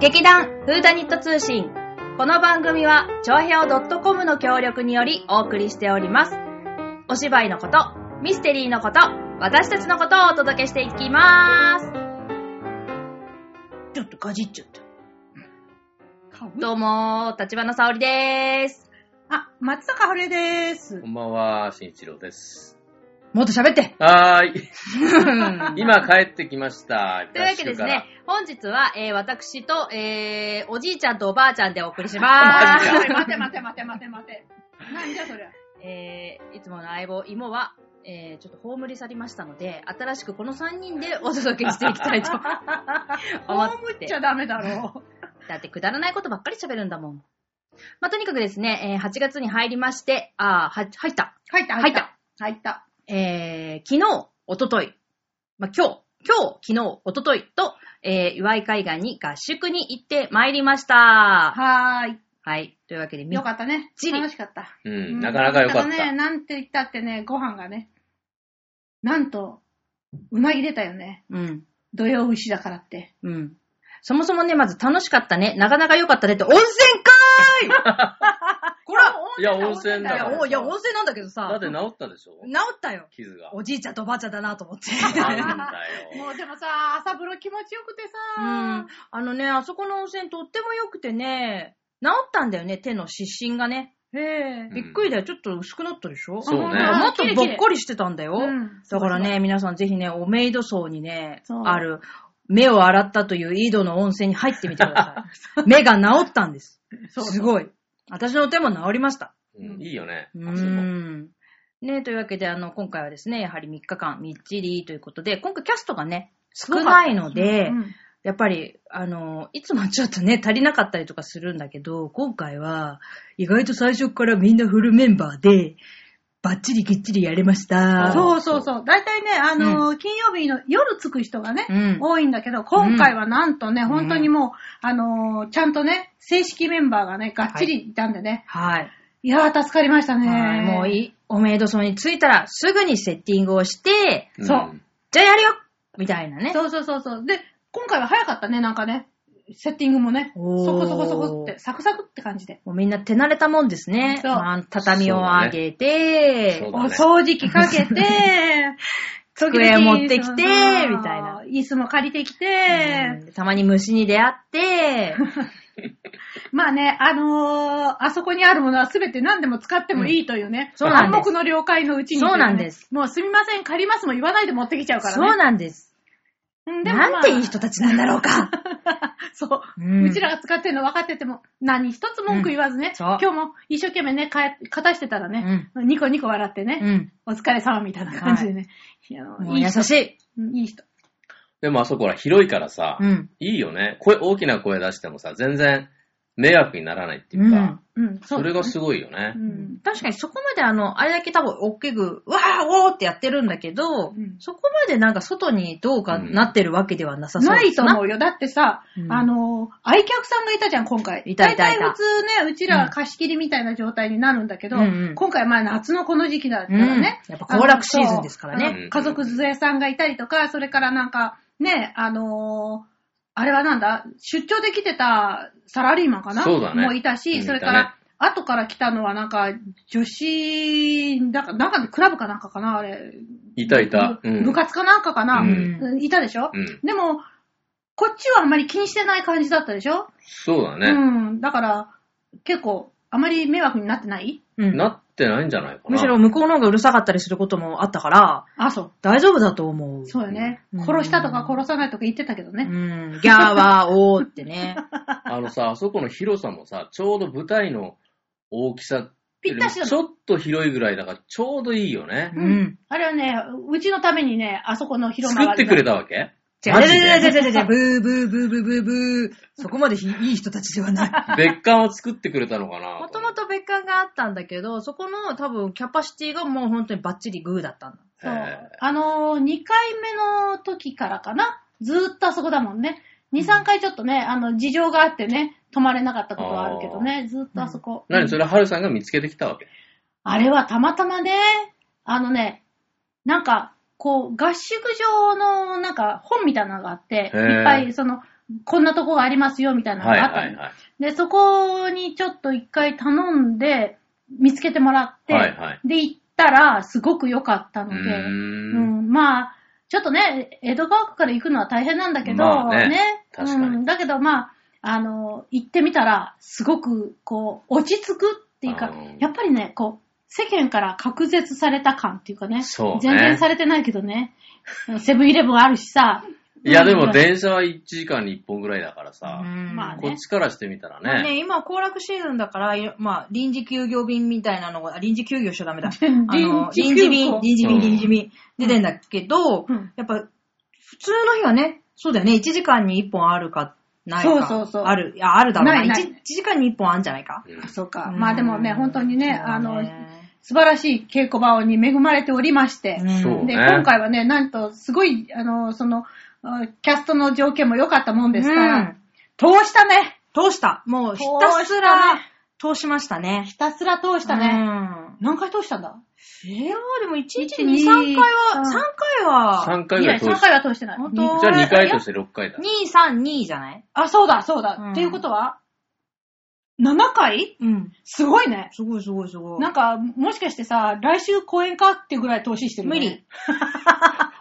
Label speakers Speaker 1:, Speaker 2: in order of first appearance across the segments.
Speaker 1: 劇団フーダニット通信。この番組は、ちょうへお .com の協力によりお送りしております。お芝居のこと、ミステリーのこと、私たちのことをお届けしていきます。ちょっとかじっちゃった。どうもー、立花沙織でーす。
Speaker 2: あ、松坂春江です
Speaker 3: こ。んばんは、しんいちろうです。
Speaker 1: もっと喋 って
Speaker 3: はーい。
Speaker 1: と
Speaker 3: 今帰ってきました。
Speaker 1: いうわけで
Speaker 3: 合宿
Speaker 1: です
Speaker 3: から
Speaker 1: ね。、本日は、えー、私と、えー、おじいちゃんとおばあちゃんでお送りし
Speaker 2: あ
Speaker 1: ま
Speaker 2: ー
Speaker 1: す。
Speaker 2: 待て待て待て待て待て。なんじゃそりゃ。
Speaker 1: えー、いつもの相棒、芋は、えー、ちょっと葬り去りましたので、新しくこの3人でお届けしていきたい と思っ。
Speaker 2: 葬ってちゃダメだろ
Speaker 1: だってくだらないことばっかり喋るんだもん。まあ、とにかくですね、えー、8月に入りまして、あーは、入った。
Speaker 2: う。入った
Speaker 1: 入
Speaker 2: 入
Speaker 1: っ
Speaker 2: ったた。入った。
Speaker 1: えー、昨日、おととい、まあ、今日、今日、昨日、おとといと、えー、岩井海岸に合宿に行ってまいりました。
Speaker 2: はー
Speaker 1: はい。というわけで、
Speaker 2: い。
Speaker 1: み
Speaker 2: よかったね
Speaker 1: ち。り
Speaker 2: 楽しかった。
Speaker 3: う、
Speaker 2: うん
Speaker 3: なかなか良かった
Speaker 2: だ。ね、なんて言ったってね、ご飯がね、なんと、うなぎ出たよね。
Speaker 1: うん、
Speaker 2: 土曜牛だからって。
Speaker 1: うん。そもそもね、まず楽しかったね。なかなか良かったねって、温泉か ーいこら
Speaker 3: いや、温泉
Speaker 1: い
Speaker 3: だか
Speaker 1: や、
Speaker 3: ら。
Speaker 1: おいや温泉なんだけど
Speaker 3: だ
Speaker 1: さ
Speaker 3: っ、て治ったでしょ
Speaker 1: 治ったよ。
Speaker 3: 傷が。
Speaker 1: おじいちゃんとおばあちゃんだなと思って。
Speaker 3: なんだ
Speaker 2: も
Speaker 3: よ。
Speaker 2: うでもさ、朝風呂気持ちよく て
Speaker 1: う
Speaker 2: さ
Speaker 1: ん、。あのね、あそこの温泉とっても良くてね、治ったんだよね、手の湿疹がね。へえ。
Speaker 3: ん
Speaker 1: びっくりだよ。ちょっと薄くなったでしょ
Speaker 3: そうね
Speaker 1: なんかもっとぼっこりしてたんだよ。
Speaker 2: うん
Speaker 1: だからね、皆さんぜひね、おメイド層にね
Speaker 2: そ、う
Speaker 1: ある、目を洗ったという井戸の温泉に入ってみてくだ さい。目が治ったんです。
Speaker 2: そう
Speaker 1: すごい。私の手も治りました。
Speaker 3: うんいいよね。
Speaker 1: う
Speaker 3: あそこ
Speaker 1: ん。ねというわけで、あの、今回はですね、やはり3日間みっちりということで、今回キャストがね、少ないので、
Speaker 2: うん
Speaker 1: やっぱり、あの、いつもちょっとね、足りなかったりとかするんだけど、今回は、意外と最初からみんなフルメンバーで、バッチリきっちりやれました。
Speaker 3: あ
Speaker 2: そうそうそう。大体ね、あのー、金曜日の夜着く人がね、
Speaker 1: うん
Speaker 2: 多いんだけど、今回はなんとね、本当にもう、あのー、ちゃんとね、正式メンバーがね、がっちりいたんでね。
Speaker 1: はい。
Speaker 2: い、やー、助かりましたね。
Speaker 1: はい、もういい。おメイドソンに着いたら、すぐにセッティングをして、
Speaker 3: うん
Speaker 2: そう
Speaker 1: じゃあやるよみたいなね。
Speaker 2: そうそうそうそう。で、今回は早かったね、なんかね。セッティングもね、そ
Speaker 1: おー
Speaker 2: こそこそこって、サクサクって感じで。
Speaker 1: もうみんな手慣れたもんですね。
Speaker 2: そう
Speaker 1: まあ畳を上げて、
Speaker 3: そう
Speaker 2: お
Speaker 3: だね
Speaker 2: 掃除機かけて、
Speaker 1: 机持ってきて
Speaker 2: 時々
Speaker 1: みたいな。
Speaker 2: 椅子も借りてきて、
Speaker 1: うんたまに虫に出会って、
Speaker 2: まあね、あのーあそこにあるものは全て何でも使ってもいいというね。
Speaker 1: そうなんです
Speaker 2: 暗黙の了解のうちに、
Speaker 1: そうなんです。
Speaker 2: もうすみません、借りますも言わないで持ってきちゃうからね。
Speaker 1: そうなんです。
Speaker 2: うんでも、まあ
Speaker 1: なんていい人たちなんだろうか。
Speaker 2: そう、
Speaker 1: う
Speaker 2: うんちらが使ってるの分かってても、何一つ文句言わずね、
Speaker 1: んそう
Speaker 2: 今日も一生懸命ね、かえ勝たしてたらね、ニコニコ笑って
Speaker 1: う
Speaker 2: ね、
Speaker 1: ん。
Speaker 2: お疲れ様みたいな感じでね。いや
Speaker 1: もう優
Speaker 2: 人
Speaker 1: しい。
Speaker 2: うんいい人。
Speaker 3: でもあそこら広いからさ
Speaker 1: う、ん。
Speaker 3: いいよね。声、大きな声出してもさ、全然迷惑にならないっていう
Speaker 1: う
Speaker 3: か
Speaker 1: ん、
Speaker 2: うん、
Speaker 3: それがすごいよ
Speaker 2: う
Speaker 3: ね。
Speaker 2: ん。
Speaker 1: 確かにそこまであの、あれだけ多分大きく、わーおーってやってるんだけど、
Speaker 2: うん
Speaker 1: そこまでなんか外にどうかなってるわけではなさそう
Speaker 2: な
Speaker 1: で
Speaker 2: い
Speaker 1: す
Speaker 2: と思うよ。だってさ、
Speaker 1: うん
Speaker 2: あのー、愛客さんがいたじゃん、今回。
Speaker 1: いたいたいた
Speaker 2: 大体普通ね、うちらは貸し切りみたいな状態になるんだけど、
Speaker 1: うんうん
Speaker 2: 今回まあ夏のこの時期だった
Speaker 1: う
Speaker 2: ら
Speaker 1: ん。
Speaker 2: ね。
Speaker 1: やっぱ行楽シーズンですから
Speaker 2: あの
Speaker 1: ね。
Speaker 2: そうあの家族連れさんがいたりとか、それからなんか、ね、あのーあれはなんだ、出張で来てたサラリーマンかな
Speaker 3: そうだね
Speaker 2: もういた
Speaker 3: う
Speaker 2: し、
Speaker 3: ん
Speaker 2: それか
Speaker 3: いたね
Speaker 2: ら、後から来たのはなんか、女子、なんか、なんかのクラブかなんかかなあれ。
Speaker 3: いたいた。う
Speaker 2: 部
Speaker 3: ん。
Speaker 2: 活かなんかかな、
Speaker 3: うん
Speaker 2: うんいたでしょ、
Speaker 3: うん。
Speaker 2: でも、こっちはあんまり気にしてない感じだったでしょ、
Speaker 3: そうだ
Speaker 2: う
Speaker 3: ね。
Speaker 2: ん。だから、結構、あまり迷惑になってない
Speaker 1: うん
Speaker 3: なってないんじゃないかな。
Speaker 1: むしろ向こうの方がうるさかったりすることもあったから、
Speaker 2: あ、そ
Speaker 1: 大丈夫だと思う。
Speaker 2: う。そうよね。
Speaker 1: うん
Speaker 2: 殺したとか殺さないとか言ってたけど
Speaker 1: う
Speaker 2: ね。
Speaker 1: ん。ギャーはおーってね。
Speaker 3: あのさ、あそこの広さもさ、ちょうど舞台の大きさ
Speaker 2: ぴったしだもん
Speaker 3: ちょっと広いぐらいだから、ちょうどいいよね。
Speaker 1: うん。
Speaker 2: あれはね、うちのためにね、あそこの広間
Speaker 3: 作ってくれ
Speaker 2: た。
Speaker 3: たわけ
Speaker 1: 違う
Speaker 3: マジで
Speaker 1: 違う違う違う違う、ブーブーブーブーブーブー。そこまでひいい人たちではない。
Speaker 3: 別館を作ってくれたのかな
Speaker 1: もともと別館があったんだけど、そこの多分キャパシティがもう本当にバッチリグーだったんだ。
Speaker 2: そう
Speaker 3: へ。
Speaker 2: あのー、2回目の時からかな。ずーっとあそこだもんね。2、3回ちょっとね、あの、事情があってね、泊まれなかったことはあるけどね、ずーっとあそこ。
Speaker 3: 何それ、はるさんが見つけてきたわけ
Speaker 2: あれはたまたまね、あのね、なんか、こう、合宿場の、なんか、本みたいなのがあって、
Speaker 3: へー
Speaker 2: いっぱい、その、こんなとこがありますよみたいなの
Speaker 3: はい
Speaker 2: があったの、
Speaker 3: はいはい。
Speaker 2: で、そこにちょっと一回頼んで、見つけてもらって、
Speaker 3: はいはい。
Speaker 2: で、行ったら、すごく良かったの
Speaker 3: う
Speaker 2: で、う
Speaker 3: ーん。
Speaker 2: ん、まあ、ちょっとね、江戸川区から行くのは大変なんだけど、
Speaker 3: まあね
Speaker 2: う
Speaker 3: 確かに
Speaker 2: ん、だけどまあ、あの、行ってみたら、すごく、こう、落ち着くっていう
Speaker 3: あ
Speaker 2: か
Speaker 3: ー、
Speaker 2: やっぱりね、こう、世間から隔絶された感っていうかね、
Speaker 3: そうね
Speaker 2: 全然されてないけどね、セブンイレブンあるしさ、
Speaker 3: いや、でも電車は1時間に1本ぐらいだからさ、
Speaker 2: まあね
Speaker 3: こっちからしてみたら
Speaker 1: まあ
Speaker 3: ね、
Speaker 1: ね、今は行楽シーズンだから、いろまあ、臨時休業便みたいなのが、あ臨時休業しちゃダ メだ。あの、臨時便、臨時
Speaker 3: う
Speaker 1: 便、
Speaker 3: ん
Speaker 1: 臨時便出てんだけど、
Speaker 2: うん
Speaker 1: やっぱ、普通の日はね、そうだよね、1時間に1本あるか、ないか。
Speaker 2: そうそうそう
Speaker 1: ある、いや、あるだろう
Speaker 2: ないない
Speaker 1: 1, 時間に1本あるんじゃないか。
Speaker 3: うん
Speaker 2: あそうか。
Speaker 1: うん
Speaker 2: まあでもね、本当にね、あの
Speaker 1: そう、ね
Speaker 2: 素晴らしい稽古場に恵まれておりまして、
Speaker 1: うん
Speaker 3: そう
Speaker 2: で、
Speaker 3: ね
Speaker 2: 今回はね、なんと、すごい、あの、その、あキャストの条件も良かったもんですから、
Speaker 1: うん
Speaker 2: 通したね
Speaker 1: 通した。もう、ひたすら、通しましたね。
Speaker 2: ひたすら通した
Speaker 1: う
Speaker 2: ね。
Speaker 1: ん
Speaker 2: 何回通したんだ
Speaker 1: いやーでも1日
Speaker 2: 一
Speaker 1: に2、3回
Speaker 2: う
Speaker 1: は、
Speaker 2: ん
Speaker 1: 3回は、
Speaker 3: 3回ぐらい通
Speaker 2: 3
Speaker 3: して、
Speaker 2: 回は通してない。
Speaker 1: 本
Speaker 2: に
Speaker 1: 当
Speaker 3: じゃあ2回として6回だ。
Speaker 1: 2、3、2じゃない
Speaker 2: あ、そうだ、そうだ。
Speaker 1: うん
Speaker 2: っていうことは、7回
Speaker 1: うん。
Speaker 2: すごいね。
Speaker 1: すごいすごいすごい。
Speaker 2: なんか、もしかしてさ、来週公演かっていうぐらい投資してる、ね。
Speaker 1: 無理。。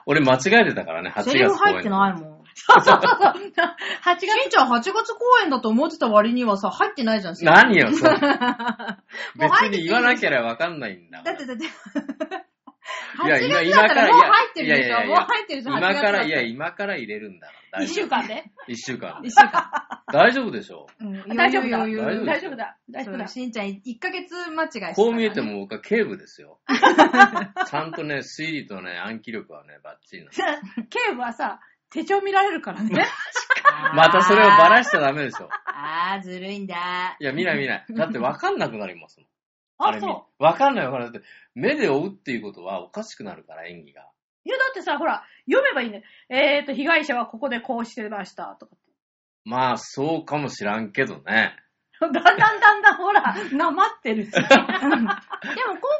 Speaker 3: 俺間違えてたからね、8
Speaker 1: セリフ
Speaker 3: 月公
Speaker 1: 入っ
Speaker 3: 演
Speaker 1: て
Speaker 3: の。
Speaker 1: ないも ん。
Speaker 2: そうそうそう。8月
Speaker 1: しんちゃん8月公演だと思ってた割にはさ、入ってないじゃん。セリフ
Speaker 3: 何よ、それ
Speaker 1: もう入って
Speaker 3: 別に言わなきゃわかんないんだか
Speaker 1: だっ
Speaker 3: ら
Speaker 1: て。だって。
Speaker 3: いや
Speaker 1: 8月だったらもう入ってるで
Speaker 3: い
Speaker 1: しょ
Speaker 3: やいやいやい
Speaker 1: もう
Speaker 3: や
Speaker 1: 入ってるじゃん、
Speaker 3: 今
Speaker 1: 8月
Speaker 3: か
Speaker 1: だった
Speaker 3: ら、いや、今から入れるんだから。
Speaker 2: 1週間で。
Speaker 3: 1週間。
Speaker 1: 一週間。
Speaker 3: 大丈夫でしょ
Speaker 1: うん
Speaker 2: 大丈夫だ。
Speaker 1: 余裕余裕
Speaker 2: 大丈夫だ。大
Speaker 1: そ
Speaker 2: 丈夫
Speaker 1: う
Speaker 2: だ
Speaker 1: だ。。しんちゃん1ヶ月間違いしてたからね
Speaker 3: こう見えて。も僕は警部ですよ。ちゃんとね、推理とね、暗記力はね、バッチリなの。
Speaker 2: 警部はさ、手帳見られるか らね。
Speaker 3: またそれをバラしちゃダメでしょ。
Speaker 1: あー、ずるいんだ。
Speaker 3: いや、見ない見ない。だってわかんなくなりますもん。
Speaker 2: あ、
Speaker 3: れ見
Speaker 2: そ
Speaker 3: わかんないわかんない。だって、目で追うっていうことはおかしくなるから、演技が。
Speaker 2: う。いや、だってさ、ほら、読めばいいね。えーと、被害者はここでこうして ました、とか。
Speaker 3: まあ、そうかもしらんけどね。
Speaker 2: だんだんだんだん、ほら、なまっ て るし。
Speaker 1: でも今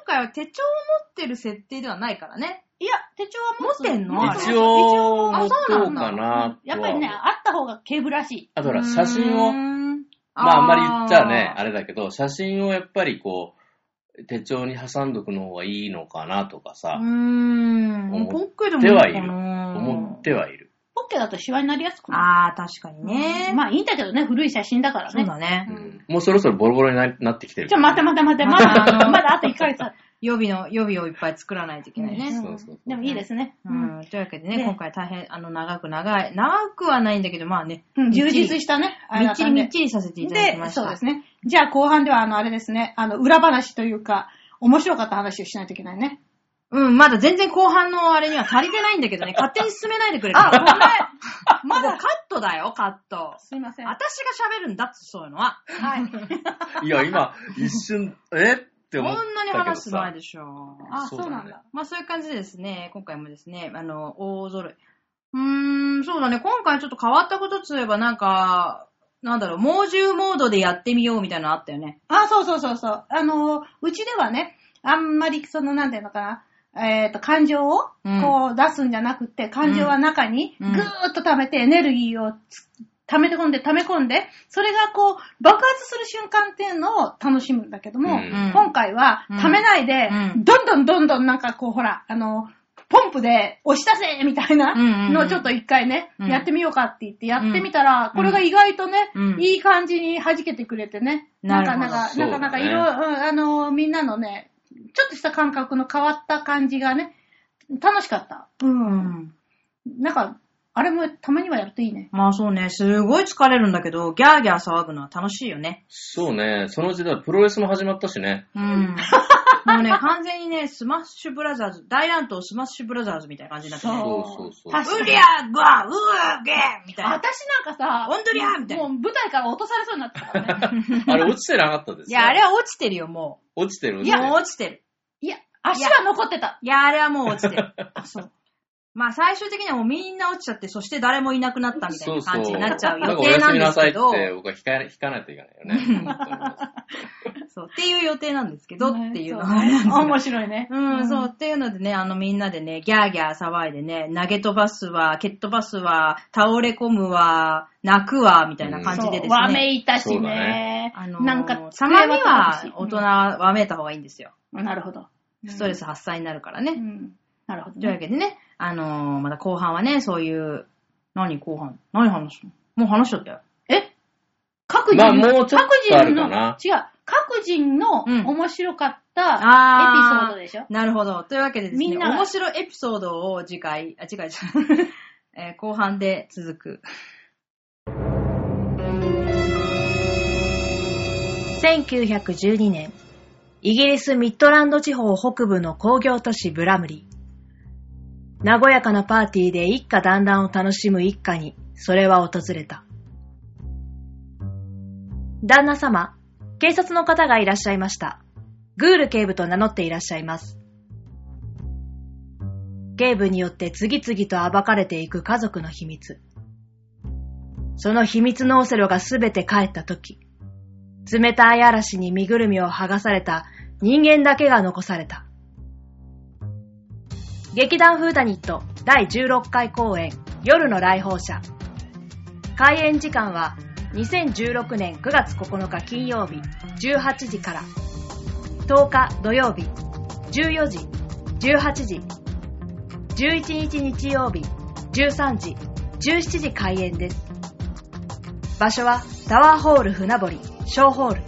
Speaker 1: 回は手帳を持ってる設定ではないからね。
Speaker 2: いや、手帳は持つ
Speaker 1: 持ってんのあれ
Speaker 3: 一応、持
Speaker 1: あ
Speaker 3: っ
Speaker 1: そうな
Speaker 3: とうんか
Speaker 1: だ
Speaker 3: なとは
Speaker 2: やっぱりね、あった方が警部らしい。
Speaker 3: あとほら、写真
Speaker 1: う
Speaker 3: を
Speaker 1: ー、ん。
Speaker 3: まあ、あんまり言っちゃね、あれだけど、写真をやっぱりこう、手帳に挟んどくの方がいいのかなとか
Speaker 1: うー
Speaker 3: さ、
Speaker 1: ん。
Speaker 3: 思
Speaker 1: ポ
Speaker 3: っ
Speaker 1: ッケでも
Speaker 3: て
Speaker 1: いい
Speaker 3: はい
Speaker 1: か
Speaker 3: る
Speaker 1: な
Speaker 3: 思ってはいる。
Speaker 2: ポッケだとシワになりやすくなる。
Speaker 1: あー、確かにね。
Speaker 2: まあ、いいんだけどね、古い写真だから
Speaker 1: そう
Speaker 2: ね。
Speaker 1: だね
Speaker 3: う。んもうそろそろボロボロにななってきてる。
Speaker 2: ちょ、待て待て待て、ま
Speaker 1: まだあ
Speaker 2: だ、
Speaker 1: の
Speaker 2: まだあと1ヶ月ある。
Speaker 1: 予備の、予備をいっぱい作らないといけないね。
Speaker 3: そうそうそう
Speaker 2: でもいいですね。
Speaker 1: う
Speaker 2: うん
Speaker 1: ん。というわけで
Speaker 2: ね
Speaker 1: ね、今回大変、あの、長く長い、長くはないんだけど、まあね、
Speaker 2: うん充
Speaker 1: みっち
Speaker 2: 実
Speaker 1: り
Speaker 2: したね。あれ
Speaker 1: み
Speaker 2: だ
Speaker 1: っ
Speaker 2: った
Speaker 1: ち
Speaker 2: ん
Speaker 1: り
Speaker 2: で
Speaker 1: みっちりさせていただきま
Speaker 2: で、
Speaker 1: した。
Speaker 2: そうですね。じゃあ後半では、あの、あれですね、あの、裏話というか、面白かった話をしないといけないね。
Speaker 1: うん、まだ全然後半のあれには足りてないんだけ どね、勝手に進めないでくれあ、 ごめん。まだカットだよ、カット。
Speaker 2: すいま
Speaker 1: 私
Speaker 2: せん。
Speaker 1: が
Speaker 2: は
Speaker 1: 喋るんだって、そういうのは。
Speaker 2: い。
Speaker 3: いや、今、一瞬、 えって
Speaker 1: こ
Speaker 3: 思っ
Speaker 1: んなに
Speaker 3: たけど
Speaker 1: 話すな
Speaker 3: さ
Speaker 1: い。でしょ。
Speaker 2: あ、
Speaker 3: そ
Speaker 2: そう
Speaker 3: だね
Speaker 2: うなんだ。
Speaker 1: まあそういう感じでですね、今回もですね、あの、大揃い。うーん、そうだね、今回ちょっと変わったことといえばなんか、なんだろう、猛獣モードでやってみようみたいなのあったよね。
Speaker 2: あ、そうそうそうそう。あの、うちではね、あんまり、その、なんていうのかな、えっ、と、感情を、
Speaker 1: うん
Speaker 2: こう、出すんじゃなくて、感情は中に、ぐ
Speaker 1: うん
Speaker 2: ーっと溜めて、エネルギーをつ、溜めて込んで、溜め込んで、それがこう、爆発する瞬間っていうのを楽しむんだけども、
Speaker 3: うん
Speaker 2: 今回は、
Speaker 1: うん
Speaker 2: 溜めないで、
Speaker 1: うん
Speaker 2: どんどんどんどんなんかこう、ほら、あの、ポンプで押し出せみたいな
Speaker 1: うんうんうん
Speaker 2: のをちょっと一回ね、
Speaker 1: うん
Speaker 2: やってみようかって言ってやってみたら、これが意外とね、
Speaker 1: うん
Speaker 2: いい感じに弾けてくれてね、なんか、
Speaker 1: な
Speaker 2: な
Speaker 1: る
Speaker 2: ん
Speaker 1: ほど
Speaker 2: か、なんか、なんか、
Speaker 3: そうだね
Speaker 2: いろ、うんあの、みんなのね、ちょっとした感覚の変わった感じがね、楽しかった。うん。なんか、あれもたまにはやるといいね。
Speaker 1: まあそうね、すごい疲れるんだけど、ギャーギャー騒ぐのは楽しいよね。
Speaker 3: そうね、その時代プロレスも始まったし ね。
Speaker 1: うん。もうね、完全にね、スマッシュブラザーズ、大乱闘スマッシュブラザーズみたいな感じになってね。
Speaker 3: そうそうそう
Speaker 2: 確か
Speaker 1: う
Speaker 2: に
Speaker 1: りゃーぐわーうわーげーみたいな。
Speaker 2: 私なんかさ、
Speaker 1: オンドリャーみたいな
Speaker 2: もう舞台から落とされそうになったから ね。
Speaker 3: あれ落ちてなかったです
Speaker 1: い
Speaker 3: よ
Speaker 1: や、あれは落ちてるよ、も
Speaker 3: 落ちてる
Speaker 1: う。い
Speaker 3: 落ちて
Speaker 1: や、
Speaker 3: る
Speaker 1: もう落ちてる。
Speaker 2: いや、足は残ってた。
Speaker 1: いや、あれはもう落ちてる。
Speaker 2: あ、そう。
Speaker 1: まあ最終的にはもうみんな落ちちゃって、そして誰もいなくなったみたい
Speaker 3: そう
Speaker 1: な
Speaker 3: そう。
Speaker 1: 感じになっちゃう予
Speaker 3: なんかお
Speaker 1: 定
Speaker 3: や
Speaker 1: な
Speaker 3: す
Speaker 1: ん
Speaker 3: み
Speaker 1: で
Speaker 3: な
Speaker 1: す
Speaker 3: さ
Speaker 1: け
Speaker 3: いっ
Speaker 1: ど、
Speaker 3: て僕は聞か引かないといけないよね。
Speaker 1: そう、っていう予定なんですけど、っていうのがあれなんですけど
Speaker 2: あ面白いね。
Speaker 1: うん、そう、っていうのでね、あのみんなでね、ギャーギャー騒いでね、投げ飛ばすわ、蹴っ飛ばすわ、倒れ込むわ、泣くわ、みたいな感じでです
Speaker 2: そうわ
Speaker 1: ね。
Speaker 2: めいたし
Speaker 3: そう
Speaker 2: ね
Speaker 3: だね。
Speaker 1: あの
Speaker 2: なんか、
Speaker 1: たまに
Speaker 2: 机は
Speaker 1: は
Speaker 2: 叩
Speaker 1: 大
Speaker 2: くし
Speaker 1: 人はわめいた方がいいんですよ。
Speaker 2: うんなるほど。
Speaker 1: ストレス発散になるから
Speaker 2: う
Speaker 1: ね。
Speaker 2: ん。なるほど
Speaker 1: というわ
Speaker 2: ね。
Speaker 1: けでね、あのーまた後半はね、そういう、何後半何話すのもう話しちゃったよ。
Speaker 2: え各人
Speaker 3: まあ
Speaker 2: の、
Speaker 3: もうちょっ
Speaker 2: 各
Speaker 3: とあ
Speaker 2: 人
Speaker 3: る
Speaker 2: の、
Speaker 3: か
Speaker 2: 違
Speaker 3: な
Speaker 2: う、各人の
Speaker 1: うん
Speaker 2: 面白かったエピ
Speaker 1: あ
Speaker 2: ソードでしょ
Speaker 1: なるほど。というわけでですね、
Speaker 2: みんな
Speaker 1: 面白エピソードを次回、あ、次回じゃない えー後半で続く。
Speaker 4: 1912年、イギリスミッドランド地方北部の工業都市ブラムリー。和やかなパーティーで一家団らんを楽しむ一家に、それは訪れた。旦那様、警察の方がいらっしゃいました。グール警部と名乗っていらっしゃいます。警部によって次々と暴かれていく家族の秘密。その秘密のオセロがすべて帰った時、冷たい嵐に身ぐるみを剥がされた人間だけが残された。劇団フーダニット第16回公演夜の来訪者。開演時間は2016年9月9日金曜日18時から10日土曜日14時、18時、11日日曜日13時、17時開演です。場所はタワーホール船堀小ホール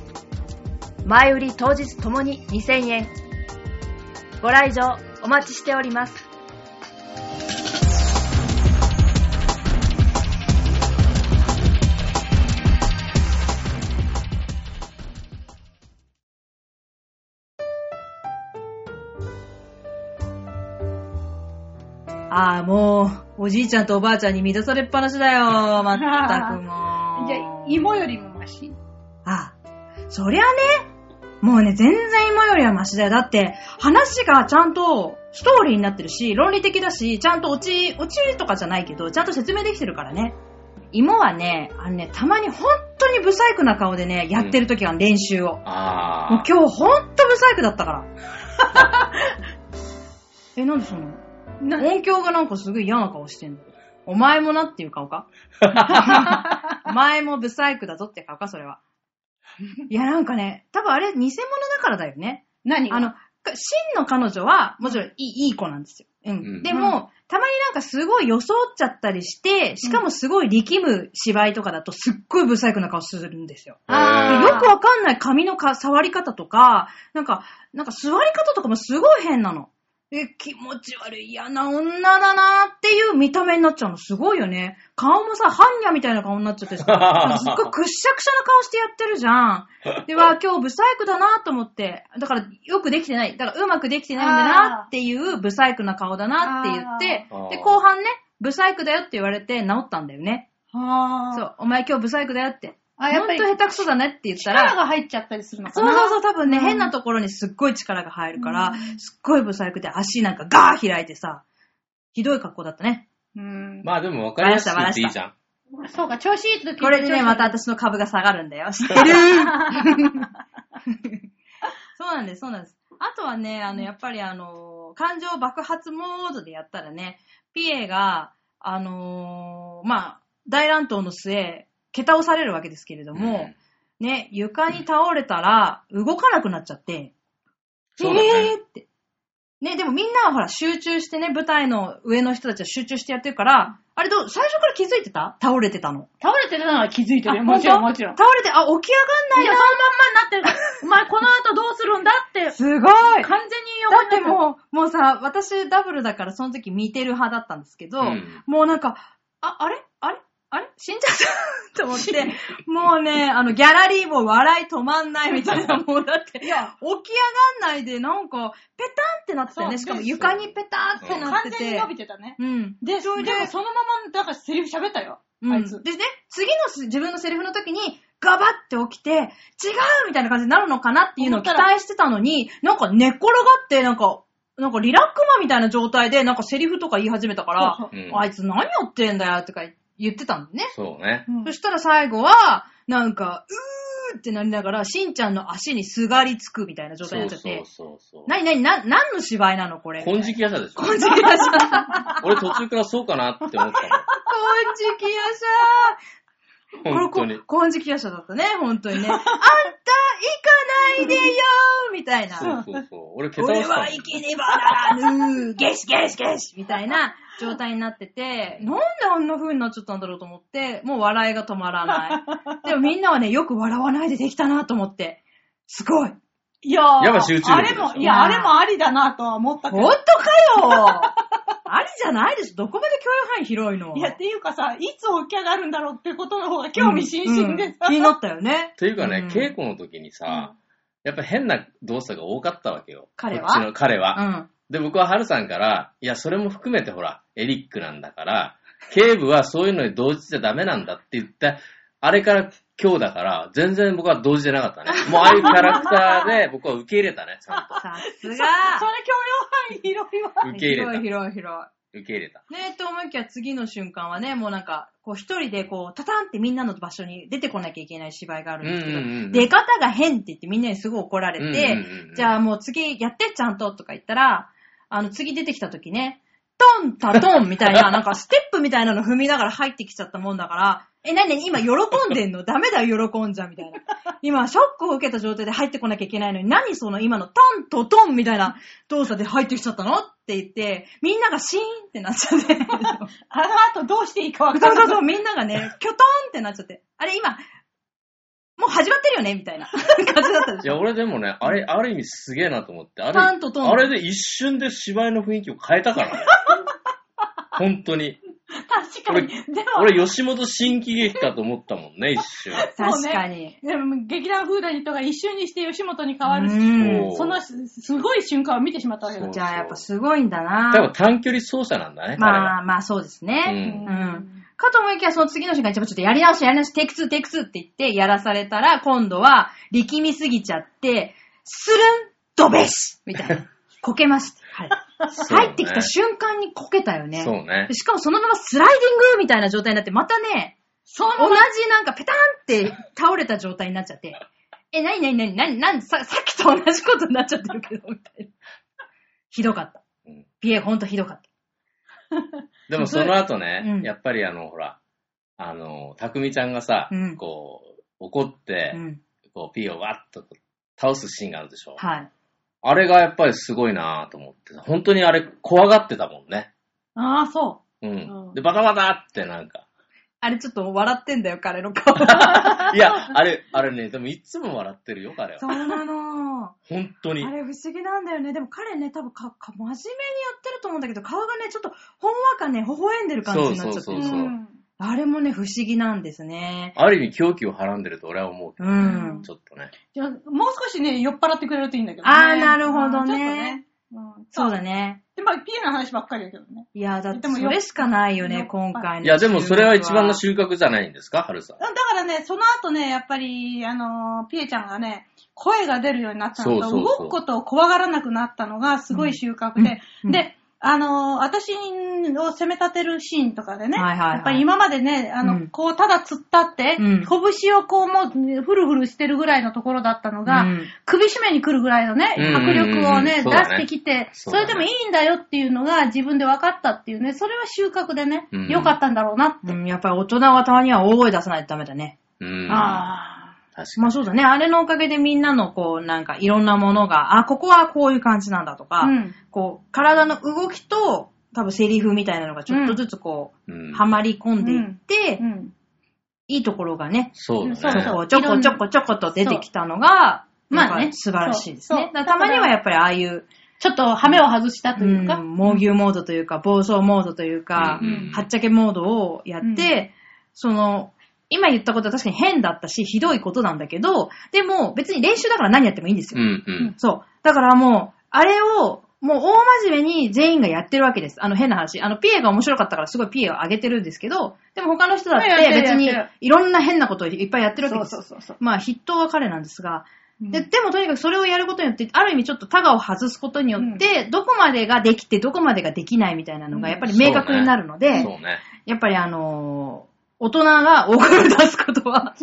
Speaker 4: 前売り当日ともに2000円ご来場お待ちしております
Speaker 1: ああ、もう、おじいちゃんとおばあちゃんに乱されっぱなし だよ、まったくもう。
Speaker 2: じゃあ、芋よりもマシ
Speaker 1: あ、そりゃね、もうね、全然今よりはマシだよ。だって、話がちゃんとストーリーになってるし、論理的だし、ちゃんと落ち、落ちるとかじゃないけど、ちゃんと説明できてるからね。芋はね、あのね、たまに本当に不細工な顔でね、やってる時は練習を。もう
Speaker 3: ああ。
Speaker 1: 今日本当不細工だったから。 え、なんでその
Speaker 2: な
Speaker 1: 音響がなんかすごい嫌な顔してんの。お前もなっていう顔 かお前もブサイクだぞって顔か、それは。いや、なんかね、多分あれ偽物だからだよね。
Speaker 2: 何が
Speaker 1: あの、か真の彼女は、もちろんいいいい子なんですよ。うん。
Speaker 3: うん
Speaker 1: でも、たまになんかすごい装っちゃったりして、しかもすごい力む芝居とかだとすっごいブサイクな顔するんですよ。
Speaker 2: あー
Speaker 1: でよくわかんない髪のか触り方とか、なんか、なんか座り方とかもすごい変なの。え、気持ち悪い嫌な女だなっていう見た目になっちゃうの。すごいよね。顔もさ、般若みたいな顔になっちゃってさ、すっごいくっしゃくしゃな顔してやってるじゃん。では、今日ブサイクだなと思って、だからよくできてない、だからうまくできてないんだなっていうブサイクな顔だなって言
Speaker 3: あー
Speaker 1: って、で、後半ね、ブサイクだよって言われて治ったんだよね。
Speaker 2: は
Speaker 1: そう、お前今日ブサイクだよって。
Speaker 2: あやっぱり
Speaker 1: ほんと下手くそだねって言ったら、
Speaker 2: 力が入っちゃったりするのか
Speaker 1: そう
Speaker 2: な
Speaker 1: そうそう、
Speaker 2: う
Speaker 1: 多分ね、
Speaker 2: ん
Speaker 1: 変なところにすっごい力が入るから、
Speaker 2: うん
Speaker 1: すっごい不細工で足なんかガー開いてさ、ひどい格好だったね。
Speaker 2: そう。うん。
Speaker 3: まあでも分かりやすく言っていいじゃん。
Speaker 2: そうか、調子いい時
Speaker 1: これでね、また。私の株が下がるんだよ。知ってる そうなんです、そうなんです。あとはね、あの、やっぱりあの、感情爆発モードでやったらね、ピエが、あのーまあ、大乱闘の末、蹴倒されるわけですけれども、
Speaker 3: うん
Speaker 1: ね、床に倒れたら、動かなくなっちゃって、
Speaker 3: そうだね
Speaker 1: えーって。ね、でもみんなはほら、集中してね、舞台の上の人たちは集中してやってるから、あれどう、最初から気づいてた倒れてたの。
Speaker 2: 倒れてるのは気づいてるよ。
Speaker 1: あ
Speaker 2: もちろん、
Speaker 1: 本当
Speaker 2: もちろん。
Speaker 1: 倒れて、あ、起き上が
Speaker 2: みんなんそ
Speaker 1: ないよ。
Speaker 2: のまんまになってるから、お前この後どうするんだって、
Speaker 1: すごい
Speaker 2: 完全に
Speaker 1: だって
Speaker 2: う。
Speaker 1: もう、もうさ、私ダブルだからその時見てる派だったんですけど、
Speaker 3: うん
Speaker 1: もうなんか、あ、あれあれあれ死んじゃったと思って、もうね、あの、ギャラリーも笑い止まんないみたいな、もうだって、起き上がんないで、なんか、ペタンってなってたよ
Speaker 2: そう
Speaker 1: ね。しかも床にペタンってなっ
Speaker 2: 完
Speaker 1: て
Speaker 2: 全に
Speaker 1: て。
Speaker 2: 伸びてたね。
Speaker 1: うん。
Speaker 2: で、でも
Speaker 1: れで
Speaker 2: そのまま、だからセリフ喋ったよ。
Speaker 1: うん
Speaker 2: あいつ。
Speaker 1: でね、次のす自分のセリフの時に、ガバって起きて、違うみたいな感じになるのかなっていうのを期
Speaker 2: 思ったら
Speaker 1: 待してたのに、なんか寝っ転がって、なんか、なんかリラックマみたいな状態で、なんかセリフとか言い始めたから、
Speaker 2: そう
Speaker 3: う
Speaker 2: そ
Speaker 3: ん
Speaker 1: あいつ何やってんだよとか言ってたんだね。
Speaker 3: そうね。
Speaker 2: うん
Speaker 1: そしたら最後は、なんか、うーってなりながら、しんちゃんの足にすがりつくみたいな状態になっちゃって。
Speaker 3: そうそうそうそう。
Speaker 1: なになにな、何の芝居なのこれ。
Speaker 3: 金色夜叉でし ょ
Speaker 1: 金色夜叉。
Speaker 3: 俺途中からそうかなって思った
Speaker 1: 金色夜叉。
Speaker 3: もん。本当
Speaker 1: これ
Speaker 3: に。
Speaker 1: こ金色夜叉だったね、本当にね。あんた行かないでよーみたいな。
Speaker 3: そうそうそう。俺、蹴倒
Speaker 1: 俺
Speaker 3: したも
Speaker 1: は
Speaker 3: ん。
Speaker 1: 生きねばならぬゲシゲシゲシみたいな状態になってて、なんであんな風になっちゃったんだろうと思って、もう笑いが止まらない。でもみんなはね、よく笑わないでできたなと思って。すごい
Speaker 2: いやー
Speaker 3: やっぱ集中力
Speaker 2: あれも、いや、あれもありだなとは思ったけ
Speaker 1: ほん
Speaker 2: ど
Speaker 1: と。かよありじゃないでしょどこまで共有範囲広いの
Speaker 2: いや、っていうかさ、いつ起き上がるんだろうってことの方が興味津々で
Speaker 1: うん
Speaker 2: さ。
Speaker 1: 気になったよね
Speaker 3: っ。ていうかね、
Speaker 1: うん
Speaker 3: 稽古の時にさ、やっぱ変な動作が多かったわけよ。
Speaker 1: 彼は
Speaker 3: こっちの彼は。
Speaker 1: うん。
Speaker 3: で、僕はハルさんから、いや、それも含めてほら、エリックなんだから、警部はそういうのに同時じゃダメなんだって言った、あれから今日だから、全然僕は同時じゃなかったね。もうああいうキャラクターで僕は受け入れたね、ちゃんと。
Speaker 1: さすが。
Speaker 2: それ教養範囲広いわ。
Speaker 3: 受け入れた
Speaker 1: 広い。広い広い。
Speaker 3: 受け入れた。
Speaker 1: ねえ、と思いきや次の瞬間はね、もうなんか、こう一人でこう、タタンってみんなの場所に出てこなきゃいけない芝居があるんですけど、
Speaker 3: うんうんうんうん
Speaker 1: 出方が変って言ってみんなにすごい怒られて、
Speaker 3: うんうんうんうん
Speaker 1: じゃあもう次やってちゃんととか言ったら、あの次出てきた時ね、トンタトンみたい な、なんかステップみたいなの踏みながら入ってきちゃったもんだから、え、なになに今喜んでんのダ メだよ、喜んじゃ、みたいな。今、ショックを受けた状態で入ってこなきゃいけないのに、何その今のトントトンみたいな動作で入ってきちゃったのって言って、みんながシーンってなっちゃって。
Speaker 2: あの後どうしていいかわ
Speaker 1: そう
Speaker 2: か
Speaker 1: そ
Speaker 2: んな
Speaker 1: う
Speaker 2: い。
Speaker 1: そう、みんながね、キョトンってなっちゃって。あれ今、もう始まってるよねみたいな感じだったで
Speaker 3: い
Speaker 1: し
Speaker 3: や、
Speaker 1: ょ。
Speaker 3: 俺でもね、あれ、ある意味すげえなと思って。あれ、
Speaker 1: タンとトン
Speaker 3: あれで一瞬で芝居の雰囲気を変え たからね。本当に。
Speaker 2: 確かに。でも、
Speaker 3: 俺、吉本新喜劇かと思ったもんね、一瞬。
Speaker 1: 確かに。
Speaker 2: でも劇団フーダニットが一瞬にして吉本に変わる
Speaker 1: う
Speaker 2: し、
Speaker 1: ん
Speaker 3: そう
Speaker 2: そのすすごい瞬間を見てしまったわけだ
Speaker 3: そう
Speaker 1: じゃあやっぱすごいんだな
Speaker 3: 多分短距離走者なんだね、彼は。
Speaker 1: まあまあそうですね。
Speaker 3: うん
Speaker 1: うん。かと思いきや、その次の瞬間に、ちょっとやり直し、やり直し、テイク2、テイク2って言って、やらされたら、今度は、力みすぎちゃって、スルン、ドベシみたい な。こけました。はい。
Speaker 3: そうね
Speaker 1: 入ってきた瞬間にこけたよね。
Speaker 3: そうね
Speaker 1: で。しかもそのままスライディングみたいな状態になって、またね、
Speaker 2: その
Speaker 1: 同
Speaker 2: まま、
Speaker 1: じなんかペタンって倒れた状態になっちゃって、え、なになになになになんささっきと同じことになっちゃってるけど、みたいな。 ひどかった
Speaker 3: うん。
Speaker 1: ピエほんとひどかった。
Speaker 3: でもその後ね、
Speaker 1: うん
Speaker 3: やっぱりあの、ほら、あの、たくみちゃんがさ、
Speaker 1: うん
Speaker 3: こう、怒って、
Speaker 1: うん。
Speaker 3: こう、ピーをわっと倒すシーンがあるでしょ。
Speaker 1: はい。
Speaker 3: あれがやっぱりすごいなぁと思って、本当にあれ怖がってたもんね。
Speaker 2: ああ、そう。
Speaker 3: うん。
Speaker 2: うん
Speaker 3: で、バタバタってなんか。
Speaker 1: あれちょっと笑ってんだよ、彼の 顔。
Speaker 3: いや、あれ、あれね、でもいつも笑ってるよ、彼は。
Speaker 1: うなの。
Speaker 3: 本当に
Speaker 1: あ。れ不思議なんだよね。でも彼ね、多分か、か、真面目にやってると思うんだけど、顔がね、ちょっと、ほんわかね、微笑んでる感じになっちゃってる。
Speaker 3: そうそう
Speaker 2: うん
Speaker 1: あれもね、不思議なんですね。
Speaker 3: ある意味狂気をはらんでると俺は思うけ
Speaker 1: う
Speaker 2: うん
Speaker 3: ど、。ちょっとね。
Speaker 2: じゃあもう少しね、酔っ払ってくれるといいんだけど、ね。
Speaker 1: あーなるほどね
Speaker 2: うんち
Speaker 1: そ
Speaker 2: ょっとね。うん
Speaker 1: うだね。
Speaker 2: で、まあ、ピエの話ばっかりだけどね。
Speaker 1: いや、だって
Speaker 2: でも
Speaker 1: そ
Speaker 2: よ
Speaker 1: れしかないよ
Speaker 2: よ
Speaker 1: ね
Speaker 2: っ、
Speaker 1: 今回の。
Speaker 3: いや、でもそれは一番の収穫じゃないんですか、春さん。
Speaker 2: だからね、その後ね、やっぱり、あのーピエちゃんがね、声が出るようになったのと、
Speaker 3: そうそうそう
Speaker 2: 動くことを怖がらなくなったのがすごい収穫で、
Speaker 1: うんうん
Speaker 2: で、あのー私を責め立てるシーンとかでね、
Speaker 1: はいはいはい
Speaker 2: やっぱり今までね、あの、
Speaker 1: うん
Speaker 2: こう、ただ突っ立って、
Speaker 1: うん
Speaker 2: 拳をこう、もう、ふるふるしてるぐらいのところだったのが、
Speaker 1: うん
Speaker 2: 首絞めに来るぐらいのね、
Speaker 3: うんうんうん
Speaker 2: 迫力をね、
Speaker 3: そう
Speaker 2: 出
Speaker 3: だね
Speaker 2: してきて、そ
Speaker 3: そ
Speaker 2: う
Speaker 3: だね
Speaker 2: れでもいいんだよっていうのが自分で分かったっていうね、それは収穫でね
Speaker 3: うん、
Speaker 2: 良かったんだろうなって。
Speaker 1: うん、やっぱり大人はたまには大声出さないとダメだね。
Speaker 3: うん。
Speaker 2: ああ。
Speaker 3: 確か
Speaker 1: まあ
Speaker 3: に。
Speaker 1: そうだね。あれのおかげでみんなのこう、なんかいろんなものが、あ、ここはこういう感じなんだとか、
Speaker 2: うん
Speaker 1: こう、体の動きと、多分セリフみたいなのがちょっとずつこう、
Speaker 3: うん
Speaker 1: はまり込んでいって、
Speaker 2: うん
Speaker 1: いいところがね、
Speaker 3: そう
Speaker 2: そ
Speaker 3: だ
Speaker 2: う
Speaker 3: ね。
Speaker 2: そう
Speaker 1: こうちょこちょこちょこと出てきたのが、
Speaker 2: そう
Speaker 1: まあ
Speaker 2: まあ
Speaker 1: ね
Speaker 2: ね、
Speaker 1: 素晴らしいです
Speaker 2: そう
Speaker 1: ね
Speaker 2: そ。う
Speaker 1: だからたまにはやっぱりああいう、
Speaker 2: ちょっと羽目を外したというか、
Speaker 1: うん猛牛モードというか、暴走モードというか、
Speaker 3: うん
Speaker 2: うん
Speaker 1: はっちゃけモードをやって、
Speaker 2: うん
Speaker 1: その、今言ったことは確かに変だったし、ひどいことなんだけど、でも別に練習だから何やってもいいんです
Speaker 3: う
Speaker 1: よ。
Speaker 3: んうん。
Speaker 1: そう。だからもう、あれを、もう大真面目に全員がやってるわけです。あの変な話。あの、ピエが面白かったからすごいピエを上げてるんですけど、でも他の人だっ
Speaker 2: いややっててる
Speaker 1: 別に
Speaker 2: やって
Speaker 1: いろんな変なことをいっぱいやってるわけです。
Speaker 2: そうそう。
Speaker 1: まあ筆頭は彼なんですが、ででもとにかくそれをやることによって、ある意味ちょっとタガを外すことによって、どこまでができて、どこまでができないみたいなのが、やっぱり明確になるので、
Speaker 3: そうね。
Speaker 1: やっぱりあのー大人がお金を出すこと は、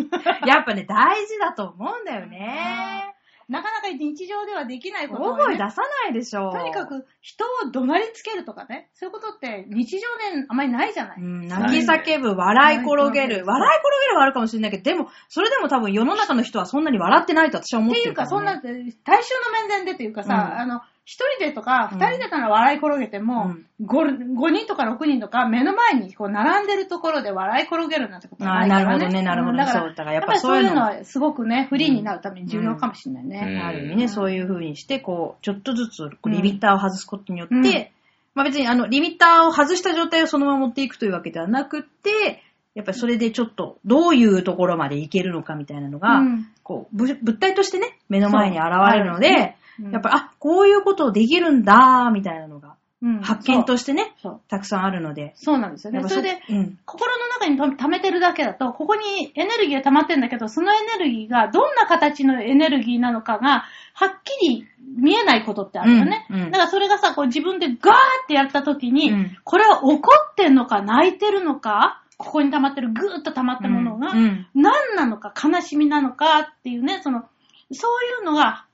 Speaker 1: やっぱね、大事だと思うんだよね。
Speaker 2: なかなか日常ではできないこと
Speaker 1: 大
Speaker 2: を
Speaker 1: 声
Speaker 2: ね
Speaker 1: 出さないでしょ。。
Speaker 2: とにか、く人を怒鳴りつけるとかね、そういうことって日常であまりないじゃないう
Speaker 1: ん、泣き叫ぶ、笑い転げる。笑い転げる
Speaker 2: そう
Speaker 1: はあるかもしれないけど、でも、それでも多分世の中の人はそんなに笑ってないと私は思
Speaker 2: っ
Speaker 1: ってて
Speaker 2: い
Speaker 1: る
Speaker 2: う
Speaker 1: か
Speaker 2: か、
Speaker 1: ら、ね。
Speaker 2: そんな、大衆の面前でというかさ、
Speaker 1: うん
Speaker 2: あの、一人でとか、
Speaker 1: う
Speaker 2: 二
Speaker 1: ん
Speaker 2: 人でなら笑い転げても、五5人とか6人とか、目の前にこう、並んでるところで笑い転げるなんてことはないから、ね。
Speaker 1: あーなるほどねなるほど
Speaker 2: うんだから
Speaker 1: そうだからや
Speaker 2: や
Speaker 1: っぱ
Speaker 2: っぱりそういうの
Speaker 1: そう
Speaker 2: は、すごくね、フリーになるために重要かもしれないね。
Speaker 3: うん
Speaker 1: ある意味ね、そういう風にして、こう、ちょっとずつリミッターを外すことによって、
Speaker 2: うん
Speaker 1: まあ別にあの、リミッターを外した状態をそのまま持っていくというわけではなくて、やっぱりそれでちょっと、どういうところまでいけるのかみたいなのが、
Speaker 2: うん
Speaker 1: こう、ぶ物体としてね、目の前に現れるの
Speaker 2: そう
Speaker 1: で、
Speaker 2: うん
Speaker 1: やっぱり、あ、こういうことできるんだ、みたいなのが、
Speaker 2: うん
Speaker 1: 発見
Speaker 2: そ
Speaker 1: としてね、
Speaker 2: うそう。
Speaker 1: たくさんあるので。
Speaker 2: そうなんですよ
Speaker 1: や
Speaker 2: ね
Speaker 1: っ。ぱ
Speaker 2: それで、、
Speaker 1: うん。
Speaker 2: 心の中にと溜めてるだけだと、ここにエネルギーが溜まってんだけど、そのエネルギーがどんな形のエネルギーなのかが、はっきり見えないことってあるよね。
Speaker 1: うんうん
Speaker 2: だからそれがさ、こう自分でガーってやった時に、
Speaker 1: うん
Speaker 2: これは怒ってんのか泣いてるのか、ここに溜まってるぐーっと溜まったものが、
Speaker 1: うんうん
Speaker 2: 何なのか悲しみなのかっていうね、その、そういうのが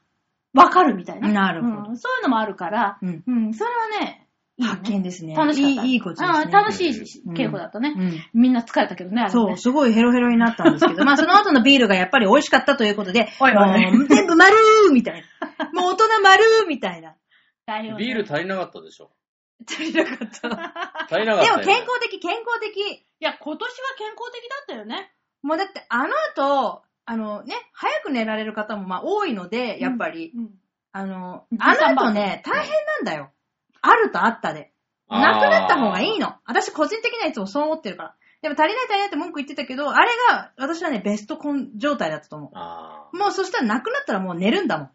Speaker 2: わかるみたいな。
Speaker 1: なるほど
Speaker 2: うんそういうのもあるから、
Speaker 1: うん
Speaker 2: うん、それはね、いいよね
Speaker 1: 発見ですね。
Speaker 2: 楽しかった。
Speaker 1: いいいいことです
Speaker 2: あ
Speaker 1: ね。
Speaker 2: ー楽しい稽古だったね。
Speaker 1: うん
Speaker 2: みんな疲れたけどね、あれね。
Speaker 1: そう、すごいヘロヘロになったんですけ ど、まあその後のビールがやっぱり美味しかったということで、
Speaker 2: おいおい
Speaker 1: もう全部丸ーみたいな。もう大人丸ーみたいな。
Speaker 2: 大量
Speaker 3: ビー
Speaker 2: い
Speaker 3: ル足りなかったでしょ。
Speaker 1: 足りなかった。
Speaker 3: 足りなかっ
Speaker 1: で
Speaker 3: たよ
Speaker 1: も
Speaker 3: ね。
Speaker 1: 健康的、健康的。
Speaker 2: や、今年は健康的だったよね。
Speaker 1: もうだってあの後、あのね、早く寝られる方もまあ多いので、やっぱり、
Speaker 2: うん
Speaker 1: あの、
Speaker 2: うん
Speaker 1: あの後ね、大変なんだよ。あるとあったで。なくなった方がいい
Speaker 3: の。
Speaker 1: の。私個人的にはいつもそう思ってるから。でも足りない足りないって文句言ってたけど、あれが私はね、ベストコン状態だったと思
Speaker 3: あ
Speaker 1: う。もうそしたらなくなったらもう寝るんだもん。
Speaker 3: ー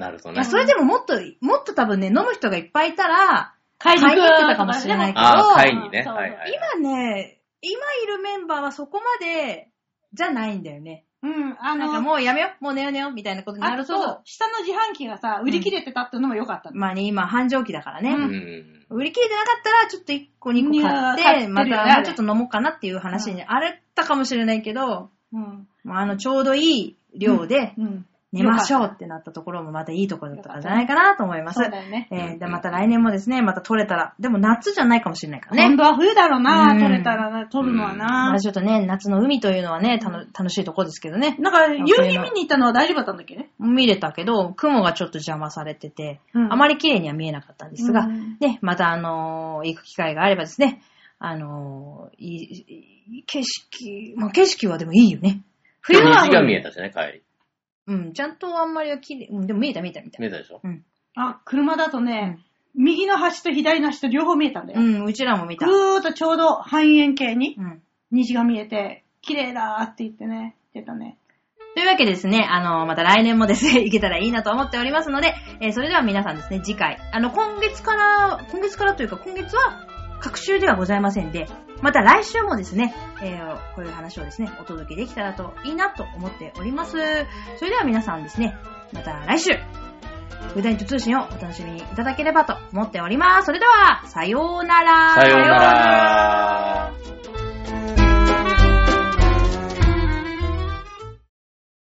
Speaker 3: なると
Speaker 1: い
Speaker 3: ね
Speaker 1: や、。それでももっと、もっと多分ね、飲む人がいっぱいいたら、
Speaker 2: 買
Speaker 1: いに行くとかもしれないけど
Speaker 3: ああ、会にね。
Speaker 2: そう
Speaker 3: はいはい。
Speaker 1: 今ね、今いるメンバーはそこまで、じゃないんだよね。
Speaker 2: うん、あ
Speaker 1: なんか
Speaker 2: の、
Speaker 1: もうやめよう、もう寝よう寝よう、みたいなことにな
Speaker 2: あ
Speaker 1: る
Speaker 2: と
Speaker 1: と、
Speaker 2: そう、下の自販機がさ、売り切れてたっていうのも良かったの。
Speaker 1: まあね、今、繁盛期だからね。
Speaker 3: うん。
Speaker 1: 売り切れてなかったら、ちょっと1個2個
Speaker 2: い
Speaker 1: 買
Speaker 2: や
Speaker 1: って、
Speaker 2: 買ってるよ
Speaker 1: ま
Speaker 2: ね
Speaker 1: たもうちょっと飲もうかなっていう話に、あれたかもしれないけど、
Speaker 2: うん。
Speaker 1: もうあの、ちょうどいい量で
Speaker 2: うん。
Speaker 1: 寝ましょうってなったところもまたいいところだったんじゃないかなと思います
Speaker 2: そう。だよね。
Speaker 1: えー、で、
Speaker 3: うん
Speaker 1: また来年もですね、また取れたら、でも夏じゃないかもしれないからね。
Speaker 2: 今度は冬だろう
Speaker 1: う
Speaker 2: な、
Speaker 1: ん
Speaker 2: 取れたらな、取るのは
Speaker 1: ま
Speaker 2: な
Speaker 1: あ。ちょっとね、夏の海というのはね、たの楽しいとこですけどね。
Speaker 2: なんか、夕日見に行ったのは大丈夫だったんだっけね。
Speaker 1: 見れたけど、雲がちょっと邪魔されてて、
Speaker 2: うん
Speaker 1: あまり綺麗には見えなかったんですが、
Speaker 2: うん
Speaker 1: ね、またあのー行く機会があればですね、あのーいいいい景色、まあ景色はでもいいよね。冬は、
Speaker 3: 虹が見えたしね、帰り。
Speaker 1: うん、ちゃんとあんまりは綺麗、うん、でも見えた見えた見えた。
Speaker 3: 見えたでしょ。
Speaker 2: あ、車だとね、右の端と左の端と両方見えたんだ
Speaker 1: う
Speaker 2: よ。
Speaker 1: ん、うちらも見
Speaker 2: ぐ
Speaker 1: た。
Speaker 2: ーっとちょうど半円形に
Speaker 1: うん
Speaker 2: 虹が見えて、綺麗だーって言ってね、言ってたね。
Speaker 1: というわけでですね、あの、また来年もですね、 行けたらいいなと思っておりますので、えーそれでは皆さんですね、次回、あの、今月から、今月からというか、今月は、各週ではございませんで、また来週もですね、えーこういう話をですね、お届けできたらといいなと思っております。それでは皆さんですね、また来週、ウダイト通信をお楽しみにいただければと思っております。それでは、さようなら。
Speaker 3: さようなら。